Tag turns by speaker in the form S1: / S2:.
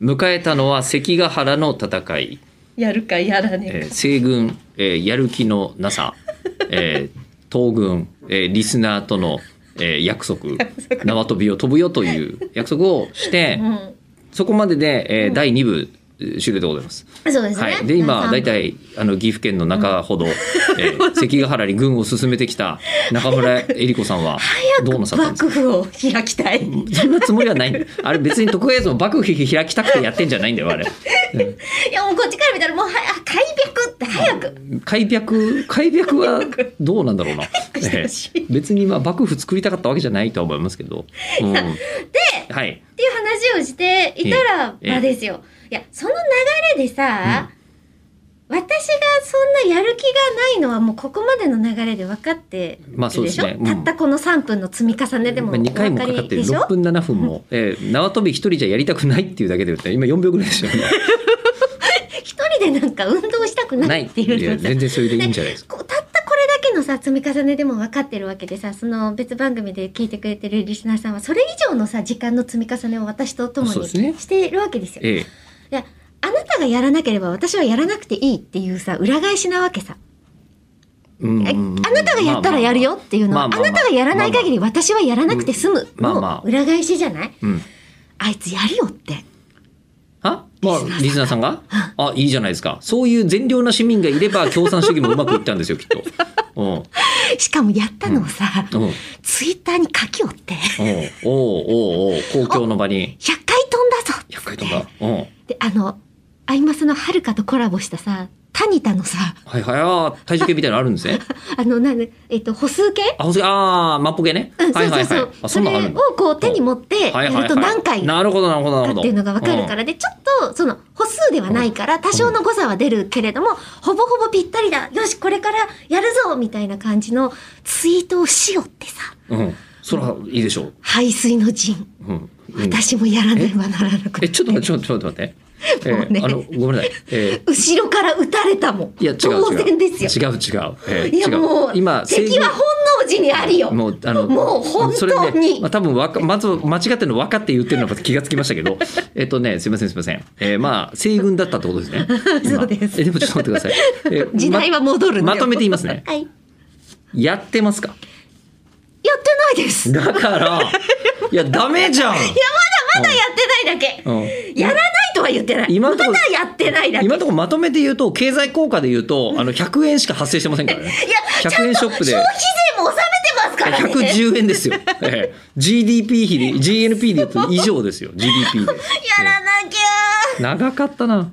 S1: 迎えたのは関ヶ原の戦い、
S2: やるかやらねえ
S1: え
S2: か
S1: ー西軍、えーやる気のなさ、えー東軍、えーリスナーとの、えー約束
S2: 束
S1: 縄跳びを飛ぶよという約束をして、
S2: うん
S1: そこまでで、えー
S2: うん
S1: 第2部えー終了でございます。
S2: そうですね、
S1: はい、で今
S2: 皆さん
S1: 大体あの岐阜県の中ほど、え ー関ヶ原に軍を進めてきた中村江里子さんはどうなさったんですか
S2: 幕府を開きたいい
S1: そんなつもりはないあれ別に徳川家康も幕府開きたくてやってんじゃないんだよあれ
S2: やもうこっちから見たらもうはや開闢って早く
S1: 開闢開闢はどうなんだろうな、
S2: して
S1: え
S2: ほしい
S1: え別にまあ幕府作りたかったわけじゃないとは思いますけど、うん、ではい
S2: っていう話をしていたら
S1: ええ
S2: ばですよ。いや、その流れでさ、私がそんなやる気がないのはもうここまでの流れで分かって
S1: まあそう
S2: る
S1: で
S2: ですしょ、
S1: ねうん
S2: たったこの3分の積み重ねでも
S1: まあ
S2: お
S1: 2
S2: 分
S1: 回も
S2: か
S1: かかっ
S2: り
S1: て
S2: でしょ、
S1: 6分7分も、ええ縄跳び一人じゃやりたくないっていうだけで言って今4秒ぐらいでしたよね
S2: 一人でなんか運動したく
S1: な
S2: ない
S1: っ
S2: いってて
S1: い
S2: いう
S1: や
S2: のさ
S1: 全然それでいいんじゃ ないですか
S2: こうたったこれだけのさ積み重ねでも分かってるわけでさその別番組で聞いてくれてるリスナーさんはそれ以上のさ時間の積み重ねを私と共
S1: そう
S2: に
S1: ですね
S2: しているわけですよ。
S1: ええ
S2: いやあなたがやらなければ私はやらなくていいっていうさ裏返しなわけさ、
S1: うん
S2: え
S1: うんうん
S2: あなたがやったらやるよっていうのは、
S1: ま
S2: あ
S1: あまあまあ
S2: なたがやらない限り私はやらなくて済む、
S1: まあまあ
S2: の裏返しじゃない
S1: うん。
S2: あいつやるよって
S1: あまあ、リスナーさんがあ、いいじゃないですか。そういう善良な市民がいれば、共産主義もうまくいったんですよ、きっと。うん。うん。
S2: しかもやったのをさ、
S1: おう
S2: ツイッターに書きおって
S1: おうおうおう公共の場に。
S2: 100回飛んだぞ
S1: 100回とか。うん。
S2: であのアイマスのはるかとコラボしたさタニタのさ
S1: はいはい。ああ、体重計みたいなのあるんですね。
S2: あのなんでえっと歩数計
S1: あ、ほんとああ、マッポ計ね。
S2: うん、
S1: はいはい
S2: そう
S1: は
S2: そ。
S1: いうあ、そ
S2: そうそ
S1: ん
S2: れ
S1: なのあるんだ。
S2: をこう手に持って
S1: は
S2: や
S1: いはいはい
S2: ると何回
S1: なるほど、なるほど、なるほ
S2: か
S1: ど。。
S2: っていうのが分かるかららで、ちょっとその歩数ではないから多少の誤差は出るけれども、ほぼほぼぴったりだよしこれからやるぞみたいな感じのツイートをしよってさ
S1: うん。うんそら、いいでしょう。
S2: 排水の陣
S1: うん。うん
S2: 私もやらねばならなくて、
S1: え、ちょっと待って、ちょっと待って、ちょっと
S2: も
S1: 待っ
S2: う
S1: て。え
S2: ね
S1: ー、あの、ごめんなさい。えー、
S2: 後ろから撃たれたもん
S1: いや違う
S2: 当然ですよ
S1: 違う違う、えー
S2: いや
S1: 違
S2: もう
S1: 今
S2: 敵は本能寺にありよ
S1: もうあの
S2: もう本当に
S1: それねまあ、多分わかまず間違ってるの分かって言ってるのか気がつきました けどえっとねすいませんすいません、えー、まあ西軍だったってことですね今
S2: そうです
S1: えでもちょっと待ってください、えー
S2: 時代は戻るんだよ
S1: ままとめて言いますね
S2: はいやっ
S1: やっ
S2: て
S1: てますか
S2: ないですまだ
S1: だからいやダメ じゃん
S2: まだやってないだけ、
S1: うん
S2: やらないとは言ってない
S1: 今の
S2: ま
S1: と
S2: だ
S1: ころ
S2: やってないだけ
S1: 今のところまとめて言うと経済効果で言うとあの100円しか発生してませんからね
S2: いや、ちゃ
S1: 100
S2: ん
S1: 円
S2: と
S1: ショ
S2: 消
S1: ッ
S2: 費
S1: プ
S2: 税
S1: で
S2: も納めてますからね。
S1: 110円ですよ。ええ GDP 比で、GNP で言うと以上ですよ。GDP で。
S2: やらなきゃ
S1: 長かったな。